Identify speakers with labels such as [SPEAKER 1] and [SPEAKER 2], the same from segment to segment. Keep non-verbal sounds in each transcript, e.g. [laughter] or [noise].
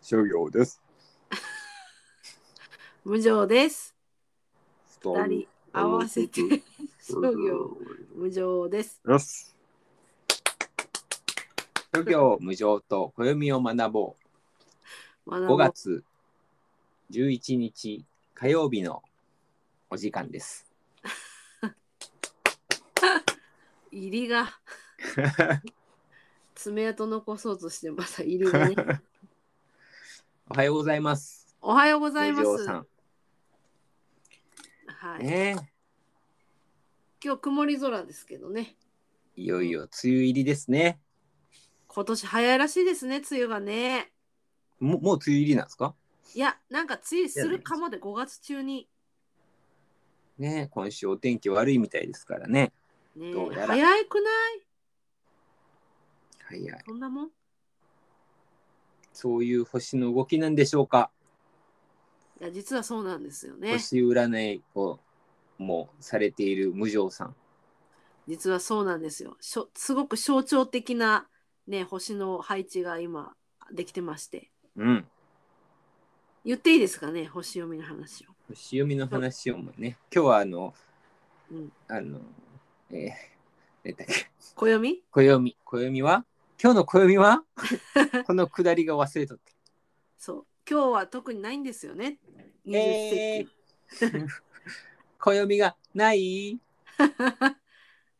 [SPEAKER 1] 商業です。
[SPEAKER 2] 無常です。
[SPEAKER 1] スタ
[SPEAKER 2] 二人合わせて [laughs] 商業無常です。
[SPEAKER 1] です。
[SPEAKER 3] 諸行無常と暦を学ぼう。
[SPEAKER 2] 5
[SPEAKER 3] 5月11日火曜日のお時間です。
[SPEAKER 2] 入
[SPEAKER 3] [laughs]
[SPEAKER 2] りが爪痕残そうとしてまた入りがね。
[SPEAKER 3] [laughs] おはようございます。
[SPEAKER 2] おはようございま
[SPEAKER 3] 無常
[SPEAKER 2] す。
[SPEAKER 3] さ
[SPEAKER 2] は
[SPEAKER 3] ん。
[SPEAKER 2] い。
[SPEAKER 3] ね
[SPEAKER 2] 今日曇り空ですけどね。
[SPEAKER 3] えいよいよ梅雨入りですね。
[SPEAKER 2] 今年早いらしいですね、梅雨がね。
[SPEAKER 3] ももう梅雨入りなんですか
[SPEAKER 2] いや、なんか梅雨するかもで5月中に。
[SPEAKER 3] ねえ今週お天気悪いみたいですからね。
[SPEAKER 2] ね
[SPEAKER 3] どうやら
[SPEAKER 2] 早くない
[SPEAKER 3] はいはい。
[SPEAKER 2] そんなもん。い
[SPEAKER 3] そういう星の動きなんでしょうか。
[SPEAKER 2] や、実はそうなんですよね。
[SPEAKER 3] 星占いをもうされている無常さん。
[SPEAKER 2] 実はそうなんですよ。しょすごく象徴的な、ね、星の配置が今できてまして。
[SPEAKER 3] うん。
[SPEAKER 2] 言っていいですかね、星読みの話を。
[SPEAKER 3] 星読みの話をもね。今日はあの、
[SPEAKER 2] うん
[SPEAKER 3] あの、えー、何だっけ。
[SPEAKER 2] 暦
[SPEAKER 3] 暦。暦は今日の暦
[SPEAKER 2] [laughs]
[SPEAKER 3] はこの下りが忘れとった。
[SPEAKER 2] そう。今日は特にないんですよね。20
[SPEAKER 3] え
[SPEAKER 2] 世紀。
[SPEAKER 3] ー、 [laughs] 暦がない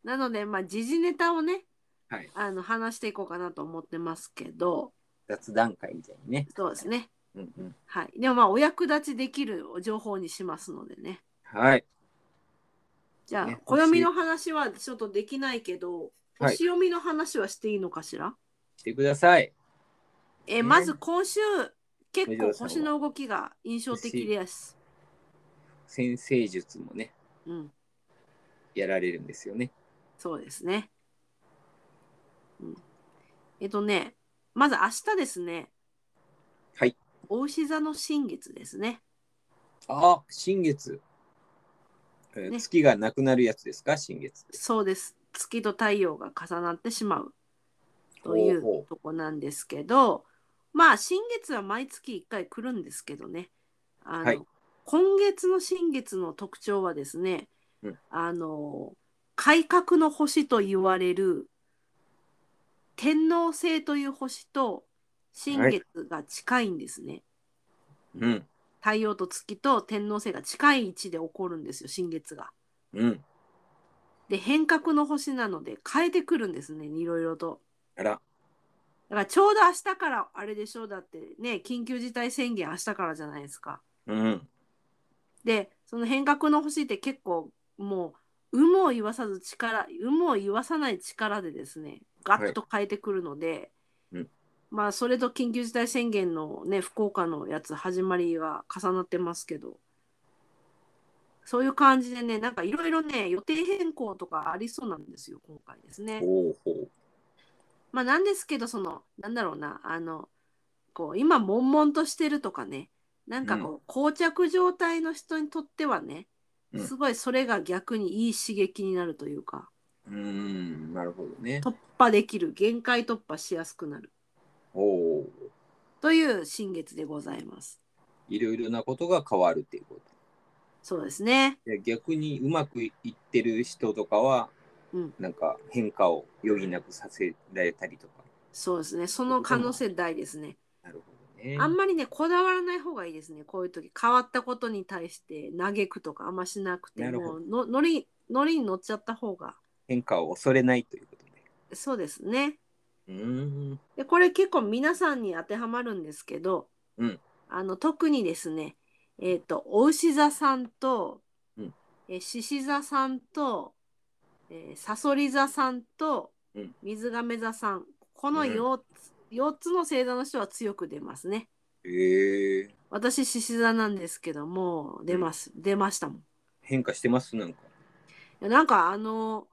[SPEAKER 2] なので、まあ、時事ネタをね、
[SPEAKER 3] はい
[SPEAKER 2] あの話していこうかなと思ってますけど、
[SPEAKER 3] 雑談会みたいにね。
[SPEAKER 2] そうですね。
[SPEAKER 3] うんうん。
[SPEAKER 2] はい。でも、まあ、お役立ちできる情報にしますのでね。
[SPEAKER 3] はい。
[SPEAKER 2] じゃあ、
[SPEAKER 3] ね
[SPEAKER 2] 暦の話はちょっとできないけど、
[SPEAKER 3] はい
[SPEAKER 2] 星読みの話はしていいのかしら、
[SPEAKER 3] してください。
[SPEAKER 2] え
[SPEAKER 3] ね
[SPEAKER 2] まず今週、結構
[SPEAKER 3] 藤田さんは
[SPEAKER 2] 星の動きが印象的です。
[SPEAKER 3] 先生術もね、
[SPEAKER 2] うん、
[SPEAKER 3] やられるんですよね。
[SPEAKER 2] そうですね。うん、えっとね、まず明日ですね。
[SPEAKER 3] はい。
[SPEAKER 2] お牛座の新月ですね。
[SPEAKER 3] ああ、新月、えー
[SPEAKER 2] ね
[SPEAKER 3] 月がなくなるやつですか、新月。
[SPEAKER 2] そうです。月と太陽が重なってしまうという
[SPEAKER 3] ほうほう
[SPEAKER 2] とこなんですけど、まあ新月は毎月1回来るんですけどね。あの、
[SPEAKER 3] はい
[SPEAKER 2] 今月の新月の特徴はですね、
[SPEAKER 3] うん
[SPEAKER 2] あの改革の星と言われる天王星という星と新月が近いんですね。
[SPEAKER 3] うん、
[SPEAKER 2] 太陽と月と天王星が近い位置で起こるんですよ、新月が。
[SPEAKER 3] うん。
[SPEAKER 2] で変革の星なので変えてくるんですねいろいろと。
[SPEAKER 3] あら、
[SPEAKER 2] だからちょうど明日からあれでしょうだってね緊急事態宣言明日からじゃないですか。
[SPEAKER 3] うん、
[SPEAKER 2] でその変革の星って結構もう有無を言わさず力有無を言わさない力でですねガッと変えてくるので、
[SPEAKER 3] うん
[SPEAKER 2] まあそれと緊急事態宣言のね福岡のやつ始まりが重なってますけどそういう感じでねなんかいろいろね予定変更とかありそうなんですよ今回ですね。
[SPEAKER 3] ほうほう。
[SPEAKER 2] まあなんですけどそのなんだろうなあのこう今悶々としてるとかねなんかこう膠着状態の人にとってはね
[SPEAKER 3] うん
[SPEAKER 2] すごいそれが逆にいい刺激になるというか
[SPEAKER 3] うーん、なるほどね。
[SPEAKER 2] 突破できる限界突破しやすくなる
[SPEAKER 3] おお、
[SPEAKER 2] という新月でございます。
[SPEAKER 3] いろいろなことが変わるっていうこ
[SPEAKER 2] そうですね。
[SPEAKER 3] と。で逆にうまくいってる人とかは、
[SPEAKER 2] うん
[SPEAKER 3] なんか変化を余儀なくさせられたりとか。
[SPEAKER 2] そうですね。その可能性大ですね。
[SPEAKER 3] なるほどね。
[SPEAKER 2] あんまりね、こだわらない方がいいですね。こういう時、変わったことに対して嘆くとかあんましなくて
[SPEAKER 3] なるほ
[SPEAKER 2] もうの、乗り、乗りに乗っちゃった方が、
[SPEAKER 3] 変化を恐れないということで。
[SPEAKER 2] そうですね。
[SPEAKER 3] うーん、
[SPEAKER 2] でこれ結構皆さんに当てはまるんですけど、
[SPEAKER 3] うん
[SPEAKER 2] あの特にですね、えー、とお牛座さんと、
[SPEAKER 3] うん
[SPEAKER 2] え獅子座さんと、えー、サソリ座さんと、
[SPEAKER 3] うん
[SPEAKER 2] 水亀座さんこの
[SPEAKER 3] うん
[SPEAKER 2] 4, つ4つの星座の人は強く出ますね。
[SPEAKER 3] えー、
[SPEAKER 2] 私獅子座なんですけども出ます、出ましたもん。い
[SPEAKER 3] 変化してますなんか。
[SPEAKER 2] やなんかあの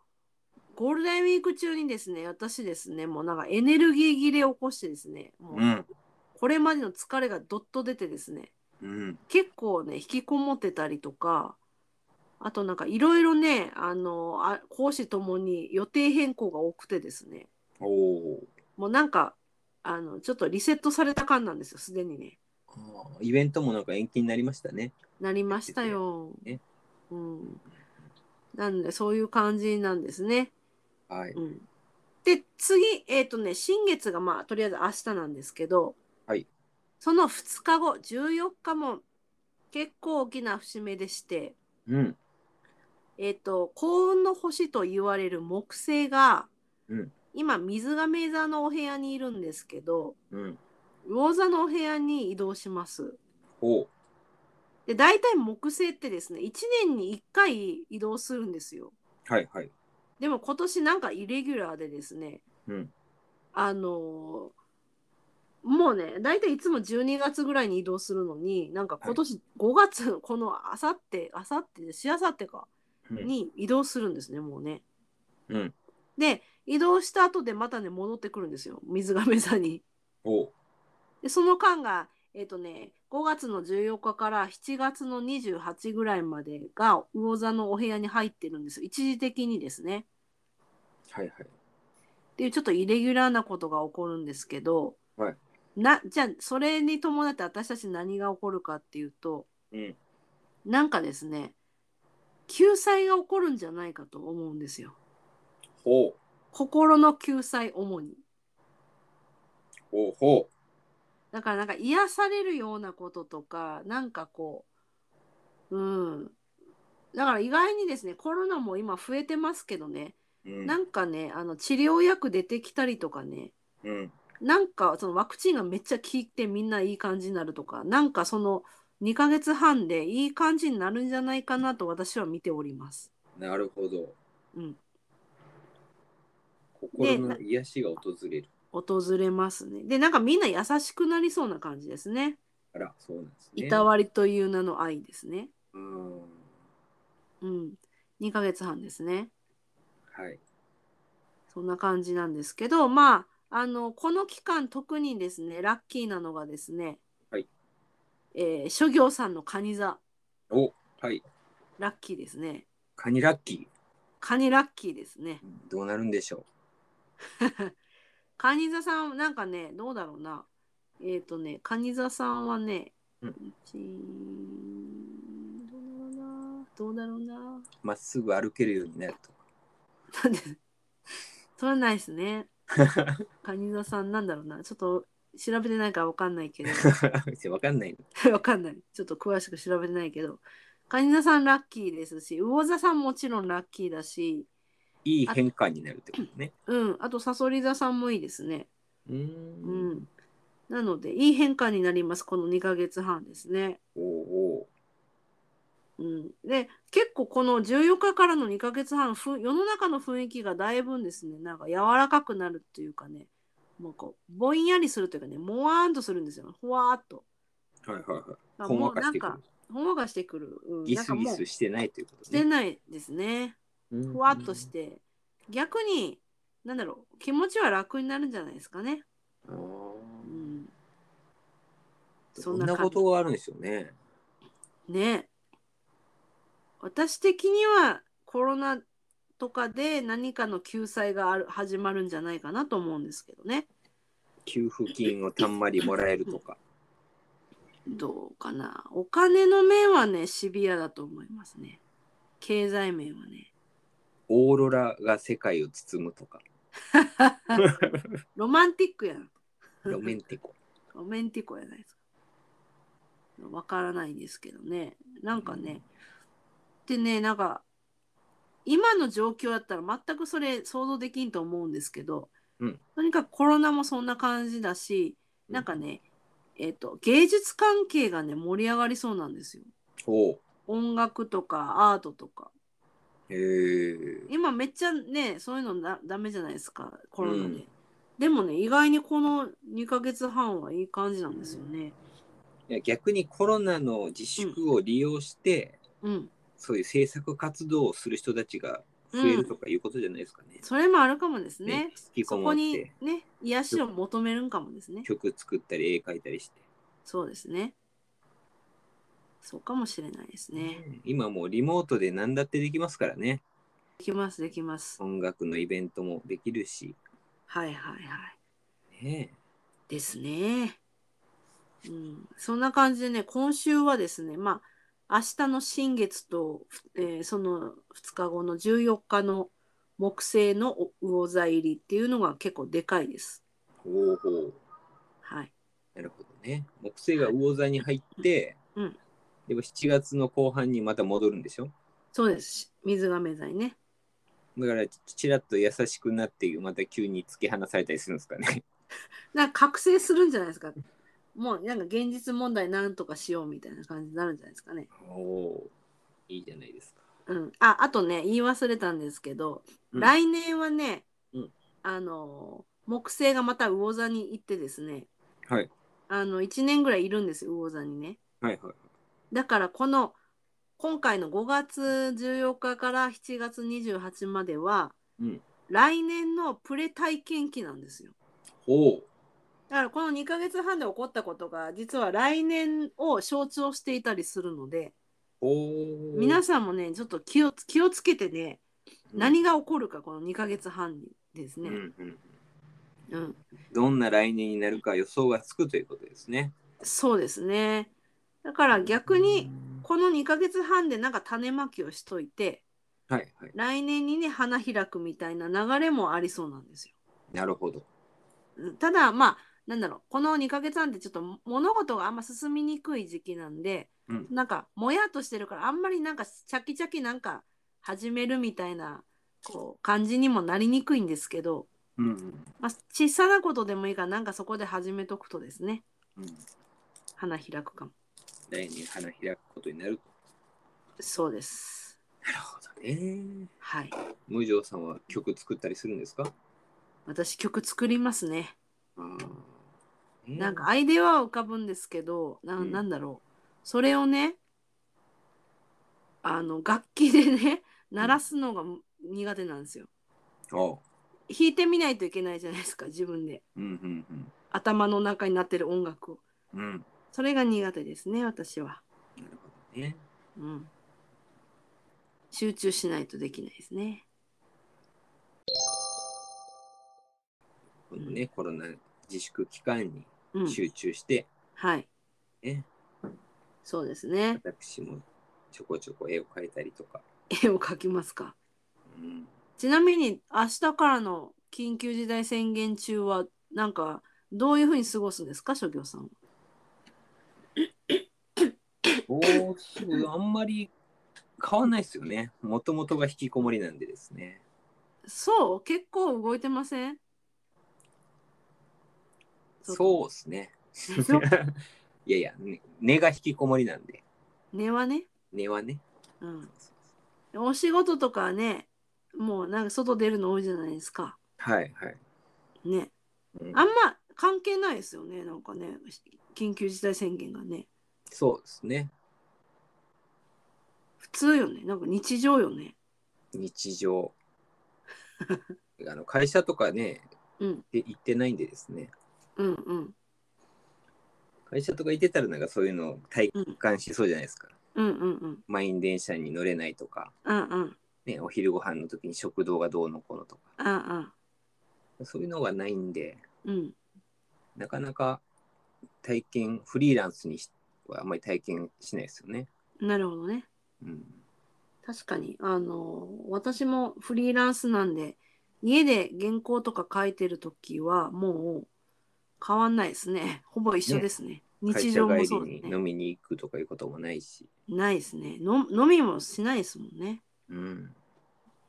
[SPEAKER 2] ゴールデンウィーク中にですね私ですねもうなんかエネルギー切れを起こしてですねもう
[SPEAKER 3] うん、
[SPEAKER 2] これまでの疲れがどっと出てですね
[SPEAKER 3] うん、
[SPEAKER 2] 結構ね引きこもってたりとかあとなんかいろいろねあのあ講師ともに予定変更が多くてですね
[SPEAKER 3] おお。
[SPEAKER 2] もうなんかあのちょっとリセットされた感なんですよすでにね
[SPEAKER 3] あーイベントもなんか延期になりましたね。
[SPEAKER 2] なりましたよ
[SPEAKER 3] ね、
[SPEAKER 2] うん、なんでそういう感じなんですね、
[SPEAKER 3] はい。
[SPEAKER 2] うん、で次えっ、とね新月がまあとりあえず明日なんですけど、
[SPEAKER 3] はい、
[SPEAKER 2] その2日後14日も結構大きな節目でして
[SPEAKER 3] うん。
[SPEAKER 2] えっ、と幸運の星と言われる木星が、
[SPEAKER 3] うん
[SPEAKER 2] 今水亀座のお部屋にいるんですけど
[SPEAKER 3] うん。
[SPEAKER 2] 魚座のお部屋に移動します。
[SPEAKER 3] ほ
[SPEAKER 2] で大体木星ってですね1年に1回移動するんですよ。
[SPEAKER 3] う。はいはい。
[SPEAKER 2] でも今年なんかイレギュラーでですね、
[SPEAKER 3] うん
[SPEAKER 2] あのーもうね大体いつも12月ぐらいに移動するのになんか今年5月、このあさってあさってしあさってか
[SPEAKER 3] うん
[SPEAKER 2] に移動するんですねもうね。
[SPEAKER 3] うん
[SPEAKER 2] で移動した後でまたね戻ってくるんですよ水亀座に。
[SPEAKER 3] ほ
[SPEAKER 2] でその間がえっ、とね5月の14日から7月の28ぐらいまでが魚座のお部屋に入ってるんですよ一時的にですね。
[SPEAKER 3] う。はいはい。
[SPEAKER 2] っていうちょっとイレギュラーなことが起こるんですけど、
[SPEAKER 3] はい
[SPEAKER 2] なじゃあそれに伴って私たち何が起こるかっていうと
[SPEAKER 3] うん。
[SPEAKER 2] なんかですね救済が起こるんじゃないかと思うんですよ
[SPEAKER 3] ほう。
[SPEAKER 2] 心の救済主に
[SPEAKER 3] ほうほ
[SPEAKER 2] だからなんか癒されるようなこととかなんかこううんだから意外にですねコロナも今増えてますけどね
[SPEAKER 3] う。うん。
[SPEAKER 2] なんかねあの治療薬出てきたりとかね
[SPEAKER 3] うん。
[SPEAKER 2] なんかそのワクチンがめっちゃ効いてみんないい感じになるとかなんかその2ヶ月半でいい感じになるんじゃないかなと私は見ております。
[SPEAKER 3] なるほど。
[SPEAKER 2] うん。
[SPEAKER 3] 心の癒しが訪れる。
[SPEAKER 2] 訪れますね。でなんかみんな優しくなりそうな感じですね。
[SPEAKER 3] あら、そうなんですね。
[SPEAKER 2] いたわりという名の愛ですね。
[SPEAKER 3] うん。は
[SPEAKER 2] うん。2ヶ月半ですね。
[SPEAKER 3] い。
[SPEAKER 2] そんな感じなんですけどまああのこの期間特にですねラッキーなのがですね、
[SPEAKER 3] はい
[SPEAKER 2] えー諸行さんのカニ座
[SPEAKER 3] お、はい。
[SPEAKER 2] ラッキーですね。
[SPEAKER 3] カニラッキ
[SPEAKER 2] カニラッキーですね。
[SPEAKER 3] ー。うんどうなるんでしょ
[SPEAKER 2] カニ座さん、なんかね、どうだろうな。えっ、とね、カニ座さんはね、
[SPEAKER 3] うん
[SPEAKER 2] 一どうだろうな。どうだろうな。
[SPEAKER 3] う。まっすぐ歩けるようになると [laughs] か。
[SPEAKER 2] なんで [laughs] それはないですね。カニ座さん、なんだろうな。ちょっと調べてないからわかんないけ
[SPEAKER 3] わかんない。
[SPEAKER 2] ど、わかんない。ちょっと詳しく調べてないけど、カニ座さんラッキーですし、魚座さんもちろんラッキーだし、
[SPEAKER 3] いい変換になるってことね。
[SPEAKER 2] うん、あとサソリ座さんもいいですね。
[SPEAKER 3] う。
[SPEAKER 2] うんん。なので、いい変化になります、この2ヶ月半ですね。
[SPEAKER 3] おお
[SPEAKER 2] うん、で結構この14日からの2ヶ月半ふん世の中の雰囲気がだいぶんですねなんか柔らかくなるっていうかねもうこうぼんやりするというかねもわーんとするんですよほわーっと。
[SPEAKER 3] ー。はいはいはい。
[SPEAKER 2] あ
[SPEAKER 3] ほん
[SPEAKER 2] も
[SPEAKER 3] わ
[SPEAKER 2] う
[SPEAKER 3] か
[SPEAKER 2] な
[SPEAKER 3] し
[SPEAKER 2] ん
[SPEAKER 3] てくる
[SPEAKER 2] か。ほんわかしてくる。うん、
[SPEAKER 3] ギ
[SPEAKER 2] なん
[SPEAKER 3] ス
[SPEAKER 2] か
[SPEAKER 3] ギ
[SPEAKER 2] もう
[SPEAKER 3] スしてないということ
[SPEAKER 2] して
[SPEAKER 3] ね。
[SPEAKER 2] ないですね。
[SPEAKER 3] うん
[SPEAKER 2] ふわっとして逆になんだろう気持ちは楽になるんじゃないですかね。
[SPEAKER 3] あ
[SPEAKER 2] う
[SPEAKER 3] ー
[SPEAKER 2] ん、
[SPEAKER 3] そんなことがあるんですよね。
[SPEAKER 2] ね私的にはコロナとかで何かの救済がある始まるんじゃないかなと思うんですけどね
[SPEAKER 3] 給付金をたんまりもらえるとか。
[SPEAKER 2] どうかなお金の面はねシビアだと思いますね経済面はね
[SPEAKER 3] オーロラが世界を包むとか。
[SPEAKER 2] ロマンティックやん
[SPEAKER 3] ロメンテコ。
[SPEAKER 2] ロメンティコやないですかわからないんですけどねなんかねでねなんか今の状況だったら全くそれ想像できんと思うんですけど、
[SPEAKER 3] うん
[SPEAKER 2] とにかくコロナもそんな感じだし
[SPEAKER 3] うん
[SPEAKER 2] なんかね、えっと芸術関係がね盛り上がりそうなんですよ
[SPEAKER 3] おう。
[SPEAKER 2] 音楽とかアートとか
[SPEAKER 3] へえ。
[SPEAKER 2] 今めっちゃねそういうのなダメじゃないですかコロナで、
[SPEAKER 3] うん
[SPEAKER 2] でもね意外にこの2ヶ月半はいい感じなんですよね
[SPEAKER 3] いや逆にコロナの自粛を利用して、
[SPEAKER 2] うん
[SPEAKER 3] そういう制作活動をする人たちが増えるとかいうことじゃないですかね。
[SPEAKER 2] それもあるかもですね
[SPEAKER 3] ね引きこ
[SPEAKER 2] そ
[SPEAKER 3] も
[SPEAKER 2] こ
[SPEAKER 3] っ
[SPEAKER 2] に
[SPEAKER 3] て
[SPEAKER 2] ね癒しを求めるんかもですね
[SPEAKER 3] 曲作ったり絵描いたりして。
[SPEAKER 2] そうですねそうかもしれないですね
[SPEAKER 3] うん今もうリモートで何だってできますからね。
[SPEAKER 2] できますできます
[SPEAKER 3] 音楽のイベントもできるし。
[SPEAKER 2] はいはいはい
[SPEAKER 3] ね
[SPEAKER 2] ですね。うん、そんな感じでね、今週はですね、まあ、明日の新月と、えーその2日後の14日の木星のお魚座入りっていうのが結構でかいです。
[SPEAKER 3] おお。
[SPEAKER 2] はい。
[SPEAKER 3] なるほどね。木星が魚座に入って、
[SPEAKER 2] うん
[SPEAKER 3] でも7月の後半にまた戻るんでしょ
[SPEAKER 2] そうです。水亀座にね。
[SPEAKER 3] だからちちらっと優しくなってまた急に突き放されたりするんですかね。
[SPEAKER 2] なんか覚醒するんじゃないですか。もうなんか現実問題なんとかしようみたいな感じになるんじゃないですかね。
[SPEAKER 3] おお。いいじゃないですか。
[SPEAKER 2] うん。あ、あとね、言い忘れたんですけど、
[SPEAKER 3] うん
[SPEAKER 2] 来年はね、
[SPEAKER 3] うん
[SPEAKER 2] あの、木星がまた魚座に行ってですね、
[SPEAKER 3] はい
[SPEAKER 2] あの、1年ぐらいいるんですよ、魚座にね。
[SPEAKER 3] はいはい。
[SPEAKER 2] だからこの、今回の5月14日から7月28までは、
[SPEAKER 3] うん
[SPEAKER 2] 来年のプレ体験期なんですよ。
[SPEAKER 3] おお。
[SPEAKER 2] だからこの2ヶ月半で起こったことが実は来年を象徴していたりするので
[SPEAKER 3] おお。
[SPEAKER 2] 皆さんもねちょっと気をつ気をつけてね、何が起こるかこの2ヶ月半にです
[SPEAKER 3] うんう
[SPEAKER 2] ね、
[SPEAKER 3] んうん。
[SPEAKER 2] うん
[SPEAKER 3] どんな来年になるか予想がつくということですね。
[SPEAKER 2] そうですねだから逆にこの2ヶ月半でなんか種まきをしといて
[SPEAKER 3] はいはい。
[SPEAKER 2] 来年にね花開くみたいな流れもありそうなんですよ。
[SPEAKER 3] なるほど。
[SPEAKER 2] うんただまあなんだろうこの2ヶ月半ってちょっと物事があんま進みにくい時期なんで、
[SPEAKER 3] うん
[SPEAKER 2] なんかもやっとしてるからあんまりなんかチャキチャキなんか始めるみたいなこう感じにもなりにくいんですけど、
[SPEAKER 3] うんうん。
[SPEAKER 2] まあ、小さなことでもいいからなんかそこで始めとくとですね
[SPEAKER 3] うん、
[SPEAKER 2] 花開くかも
[SPEAKER 3] 来年花開くことになる。
[SPEAKER 2] そうです
[SPEAKER 3] なるほどね。
[SPEAKER 2] はい
[SPEAKER 3] 無常さんは曲作ったりするんですか
[SPEAKER 2] 私曲作りますね
[SPEAKER 3] あー
[SPEAKER 2] なんかアイデアは浮かぶんですけどな
[SPEAKER 3] うん
[SPEAKER 2] なんだろうそれをねあの楽器でね鳴らすのが苦手なんですよ
[SPEAKER 3] お
[SPEAKER 2] 弾いてみないといけないじゃないですか自分で
[SPEAKER 3] うんうん
[SPEAKER 2] 頭の中になってる音楽を
[SPEAKER 3] うんうんなる
[SPEAKER 2] それが苦手ですね私は、
[SPEAKER 3] ほどね
[SPEAKER 2] うん、集中しないとできないですね
[SPEAKER 3] このねコロナ自粛期間に
[SPEAKER 2] うん
[SPEAKER 3] 集中して、
[SPEAKER 2] はい
[SPEAKER 3] ね
[SPEAKER 2] そうですね
[SPEAKER 3] 私もちょこちょこ絵を描いたりとか、
[SPEAKER 2] 絵を描きますか
[SPEAKER 3] うん、
[SPEAKER 2] ちなみに明日からの緊急事態宣言中はなんかどういうふうに過ごすんですか諸行さんは
[SPEAKER 3] おあんまり変わんないですよねもともとが引きこもりなんでですね
[SPEAKER 2] そう結構動いてません
[SPEAKER 3] そうですね
[SPEAKER 2] でしょ
[SPEAKER 3] [laughs] いやいや、ね根が引きこもりなんで
[SPEAKER 2] 根はね、
[SPEAKER 3] 根はね
[SPEAKER 2] うん、お仕事とかはねもうなんか外出るの多いじゃないですか
[SPEAKER 3] はいはい、
[SPEAKER 2] ね
[SPEAKER 3] うん
[SPEAKER 2] あんま関係ないですよねなんかね緊急事態宣言がね
[SPEAKER 3] そうですね
[SPEAKER 2] 普通よねなんか日常よね
[SPEAKER 3] 日常 [laughs] あの会社とかね、
[SPEAKER 2] うん
[SPEAKER 3] で行ってないんでですね
[SPEAKER 2] うんうん
[SPEAKER 3] 会社とか行ってたらなんかそういうのを体感しそうじゃないですか、
[SPEAKER 2] うんうんうん
[SPEAKER 3] 満員電車に乗れないとか、
[SPEAKER 2] うんうん
[SPEAKER 3] ね、お昼ご飯の時に食堂がどうのこうのとか
[SPEAKER 2] うん
[SPEAKER 3] そういうのがないんで
[SPEAKER 2] うん
[SPEAKER 3] なかなか体験フリーランスにしはあんまり体験しないですよね、
[SPEAKER 2] うんなるほどね
[SPEAKER 3] うん、
[SPEAKER 2] 確かにあの私もフリーランスなんで家で原稿とか書いてる時はもう変わんないですね [laughs] ほぼ一緒ですね日常も
[SPEAKER 3] 会
[SPEAKER 2] そ
[SPEAKER 3] 社
[SPEAKER 2] う
[SPEAKER 3] 帰
[SPEAKER 2] で
[SPEAKER 3] り
[SPEAKER 2] す
[SPEAKER 3] に
[SPEAKER 2] ね
[SPEAKER 3] 飲みに行くとかいうこともないし、
[SPEAKER 2] ないですねの飲みもしないですもんね
[SPEAKER 3] うん、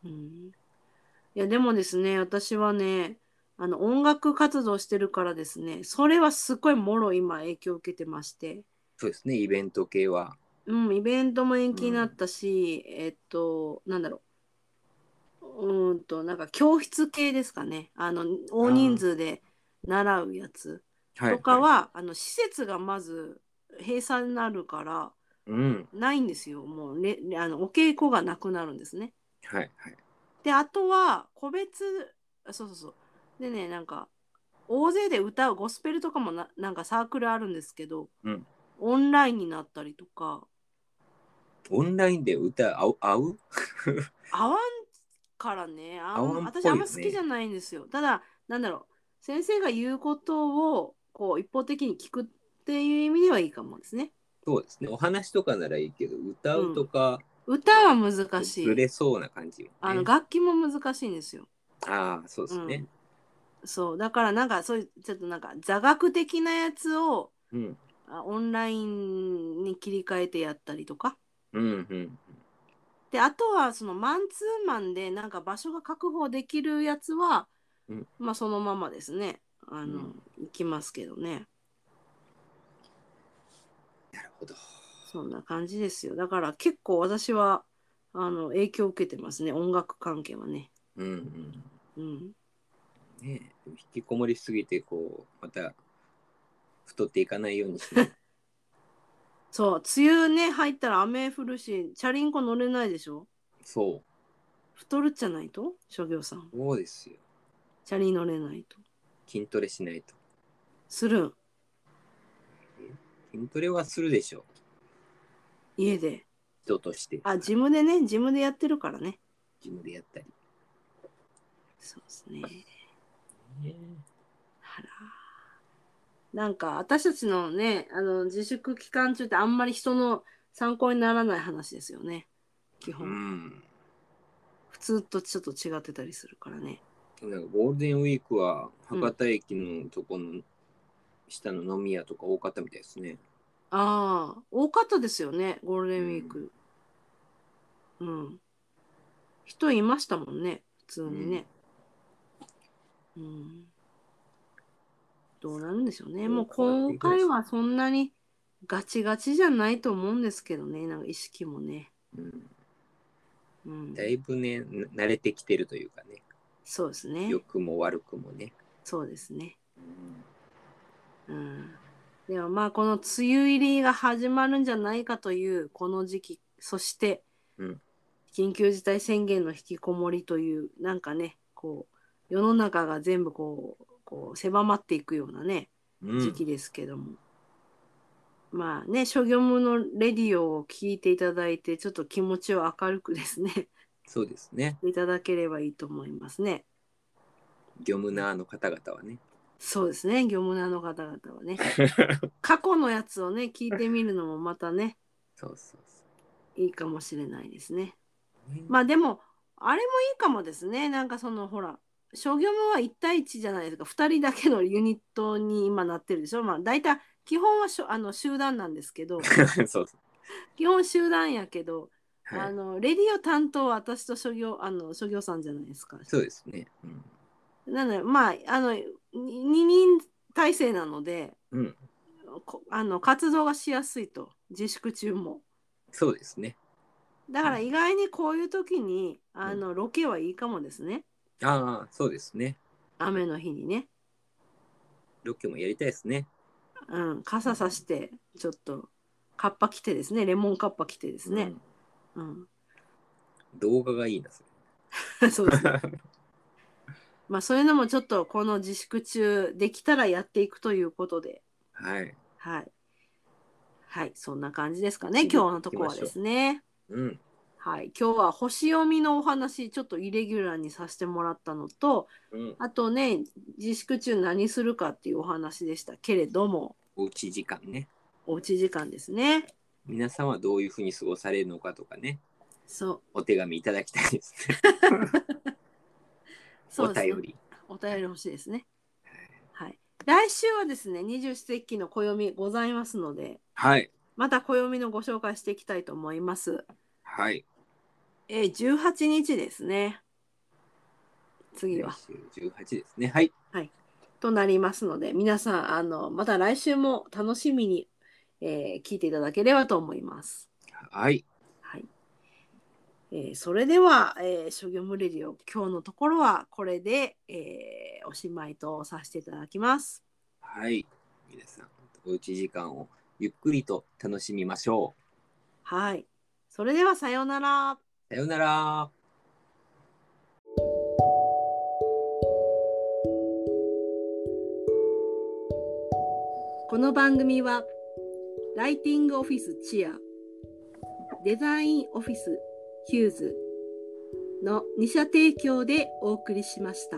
[SPEAKER 2] うんいやでもですね私はねあの音楽活動してるからですねそれはすごいもろ今影響を受けてまして
[SPEAKER 3] そうですねイベント系は
[SPEAKER 2] うん、イベントも延期になったし、えっと、なんだろう。うーんと、なんか教室系ですかね。あの、大人数で習うやつ
[SPEAKER 3] は
[SPEAKER 2] とかは、あの、施設がまず閉鎖になるから、
[SPEAKER 3] うん
[SPEAKER 2] ないんですよ。もうれ、れあの、お稽古がなくなるんですね。
[SPEAKER 3] はいはい
[SPEAKER 2] で、あとは、個別、あそうそうそう。でね、なんか、大勢で歌うゴスペルとかもな、なんかサークルあるんですけど、
[SPEAKER 3] うん
[SPEAKER 2] オンラインになったりとか、
[SPEAKER 3] オンラインで歌合う合う
[SPEAKER 2] 合わんからねあん
[SPEAKER 3] 合わんっぽい
[SPEAKER 2] 私
[SPEAKER 3] よ
[SPEAKER 2] あん
[SPEAKER 3] ね
[SPEAKER 2] ま好きじゃないんですよただなんだろう先生が言うことをこう一方的に聞くっていう意味ではいいかもですね。
[SPEAKER 3] そうですね。お話とかならいいけど、歌うとか、
[SPEAKER 2] 歌は難しい。
[SPEAKER 3] ずれそうな感じよね、
[SPEAKER 2] あの楽器も難しいんですよ。
[SPEAKER 3] ああ、そうですね。
[SPEAKER 2] そうだからなんかそういうちょっとなんか座学的なやつを
[SPEAKER 3] うん。
[SPEAKER 2] あオンラインに切り替えてやったりとか。
[SPEAKER 3] うん、うん。
[SPEAKER 2] であとはそのマンツーマンでなんか場所が確保できるやつは、
[SPEAKER 3] うん
[SPEAKER 2] まあそのままですねあの、行きますけどね
[SPEAKER 3] なるほど。
[SPEAKER 2] そんな感じですよだから結構私はあの影響を受けてますね音楽関係はね。
[SPEAKER 3] うん、うん。
[SPEAKER 2] うん、
[SPEAKER 3] ねえ引きこもりすぎて、こう、また、太っていかないように
[SPEAKER 2] [laughs]
[SPEAKER 3] しない。
[SPEAKER 2] そう梅雨ね入ったら雨降るしチャリンコ乗れないでしょ
[SPEAKER 3] そう。
[SPEAKER 2] 太るじゃないと諸行さん
[SPEAKER 3] そうですよ。
[SPEAKER 2] チャリン乗れないと
[SPEAKER 3] 筋トレしないと。
[SPEAKER 2] するん
[SPEAKER 3] 筋トレはするでしょう。
[SPEAKER 2] 家で
[SPEAKER 3] 人として。
[SPEAKER 2] あジムでねジムでやってるからね
[SPEAKER 3] 自分でやったり。
[SPEAKER 2] そうですね
[SPEAKER 3] ね
[SPEAKER 2] あらなんか私たちのねあの自粛期間中ってあんまり人の参考にならない話ですよね基
[SPEAKER 3] う
[SPEAKER 2] 本、
[SPEAKER 3] ん。
[SPEAKER 2] 普通とちょっと違ってたりするからね
[SPEAKER 3] なんかゴールデンウィークは博多駅のとこの下の飲み屋とか多かったみたいですね。
[SPEAKER 2] ああ多かったですよねゴールデンウィークうん、人いましたもんね普通にねうん、どうなるんでしょうねもう今回はそんなにガチガチじゃないと思うんですけどねなんか意識もね
[SPEAKER 3] うん、
[SPEAKER 2] うん
[SPEAKER 3] だいぶねな慣れてきてるというかね
[SPEAKER 2] そうですね
[SPEAKER 3] 良。くも悪くもね。
[SPEAKER 2] そうですね。
[SPEAKER 3] うん
[SPEAKER 2] うん。でもまあこの梅雨入りが始まるんじゃないかというこの時期、そして、
[SPEAKER 3] うん
[SPEAKER 2] 緊急事態宣言の引きこもりというなんかね、こう世の中が全部こうこう狭まっていくようなね
[SPEAKER 3] う
[SPEAKER 2] 時
[SPEAKER 3] ん
[SPEAKER 2] 期ですけども。まあね、諸業務のレディオを聞いていただいて、ちょっと気持ちを明るくですね、 [laughs]
[SPEAKER 3] そうですね。
[SPEAKER 2] いただければいいと思いますね。
[SPEAKER 3] 業務ナーの方々はね。
[SPEAKER 2] そうですね、業務ナーの方々
[SPEAKER 3] [laughs]
[SPEAKER 2] はね。過去のやつをね、聞いてみるのもまたね、
[SPEAKER 3] そうそうそ
[SPEAKER 2] いいかもしれないですね。
[SPEAKER 3] う、ね
[SPEAKER 2] まあでも、あれもいいかもですね。なんかそのほら、商業務は1対1じゃないですか。2人だけのユニットに今なってるでしょ。まあ大体、基本はしょあの集団なんで
[SPEAKER 3] [laughs]
[SPEAKER 2] すけど、
[SPEAKER 3] [laughs] そうそう。
[SPEAKER 2] 基本集団やけど、
[SPEAKER 3] は
[SPEAKER 2] あ
[SPEAKER 3] い、
[SPEAKER 2] のレディオ担当は私と諸業あの諸業さんじゃないですか。
[SPEAKER 3] そうですね。うん。
[SPEAKER 2] なので、まあ、あの、2人体制なので、
[SPEAKER 3] うん、
[SPEAKER 2] こあの活動がしやすいと自粛中も
[SPEAKER 3] そうですね。
[SPEAKER 2] だから意外にこういう時に、
[SPEAKER 3] ん
[SPEAKER 2] あのロケはいいかもですね
[SPEAKER 3] ああ、そうですね。
[SPEAKER 2] 雨の日にね、
[SPEAKER 3] ロケもやりたいですね。
[SPEAKER 2] うん、傘さしてちょっとカッパ着てですねレモンカッパ着てです
[SPEAKER 3] う
[SPEAKER 2] ね、
[SPEAKER 3] ん
[SPEAKER 2] うん
[SPEAKER 3] 動画がいいな、それ
[SPEAKER 2] [laughs] そうですねまあそういうのもちょっとこの自粛中できたらやっていくということで
[SPEAKER 3] はい。
[SPEAKER 2] はいはいそんな感じですかね今日のとこはですね
[SPEAKER 3] うん。
[SPEAKER 2] はい今日は星読みのお話ちょっとイレギュラーにさせてもらったのと、
[SPEAKER 3] うん。
[SPEAKER 2] あとね、自粛中何するかっていうお話でしたけれども、
[SPEAKER 3] おうち時間ね。
[SPEAKER 2] おうち時間ですね。
[SPEAKER 3] 皆さんはどういうふうに過ごされるのかとかね、
[SPEAKER 2] そう、
[SPEAKER 3] お手紙いただきたいです
[SPEAKER 2] [laughs]
[SPEAKER 3] ね。
[SPEAKER 2] そ
[SPEAKER 3] お
[SPEAKER 2] うですね
[SPEAKER 3] 便り。
[SPEAKER 2] お便り欲しいですね。はい。来週はですね、二十四節気の暦ございますので、
[SPEAKER 3] はい。
[SPEAKER 2] また暦のご紹介していきたいと思います。
[SPEAKER 3] はい。
[SPEAKER 2] えー、18日ですね。次は。
[SPEAKER 3] 18ですね。はい。
[SPEAKER 2] となりますので、皆さん、あの、また来週も楽しみに、えー聞いていただければと思います。
[SPEAKER 3] はい。
[SPEAKER 2] はい。えーそれでは、えー、諸行無理ディオ、今日のところはこれで、えーおしまいとさせていただきます。
[SPEAKER 3] はい。皆さん、おうち時間をゆっくりと楽しみましょ
[SPEAKER 2] はい。それでは、さようなら。
[SPEAKER 3] う。さようなら。
[SPEAKER 2] この番組はライティングオフィスチアデザインオフィスヒューズの2社提供でお送りしました。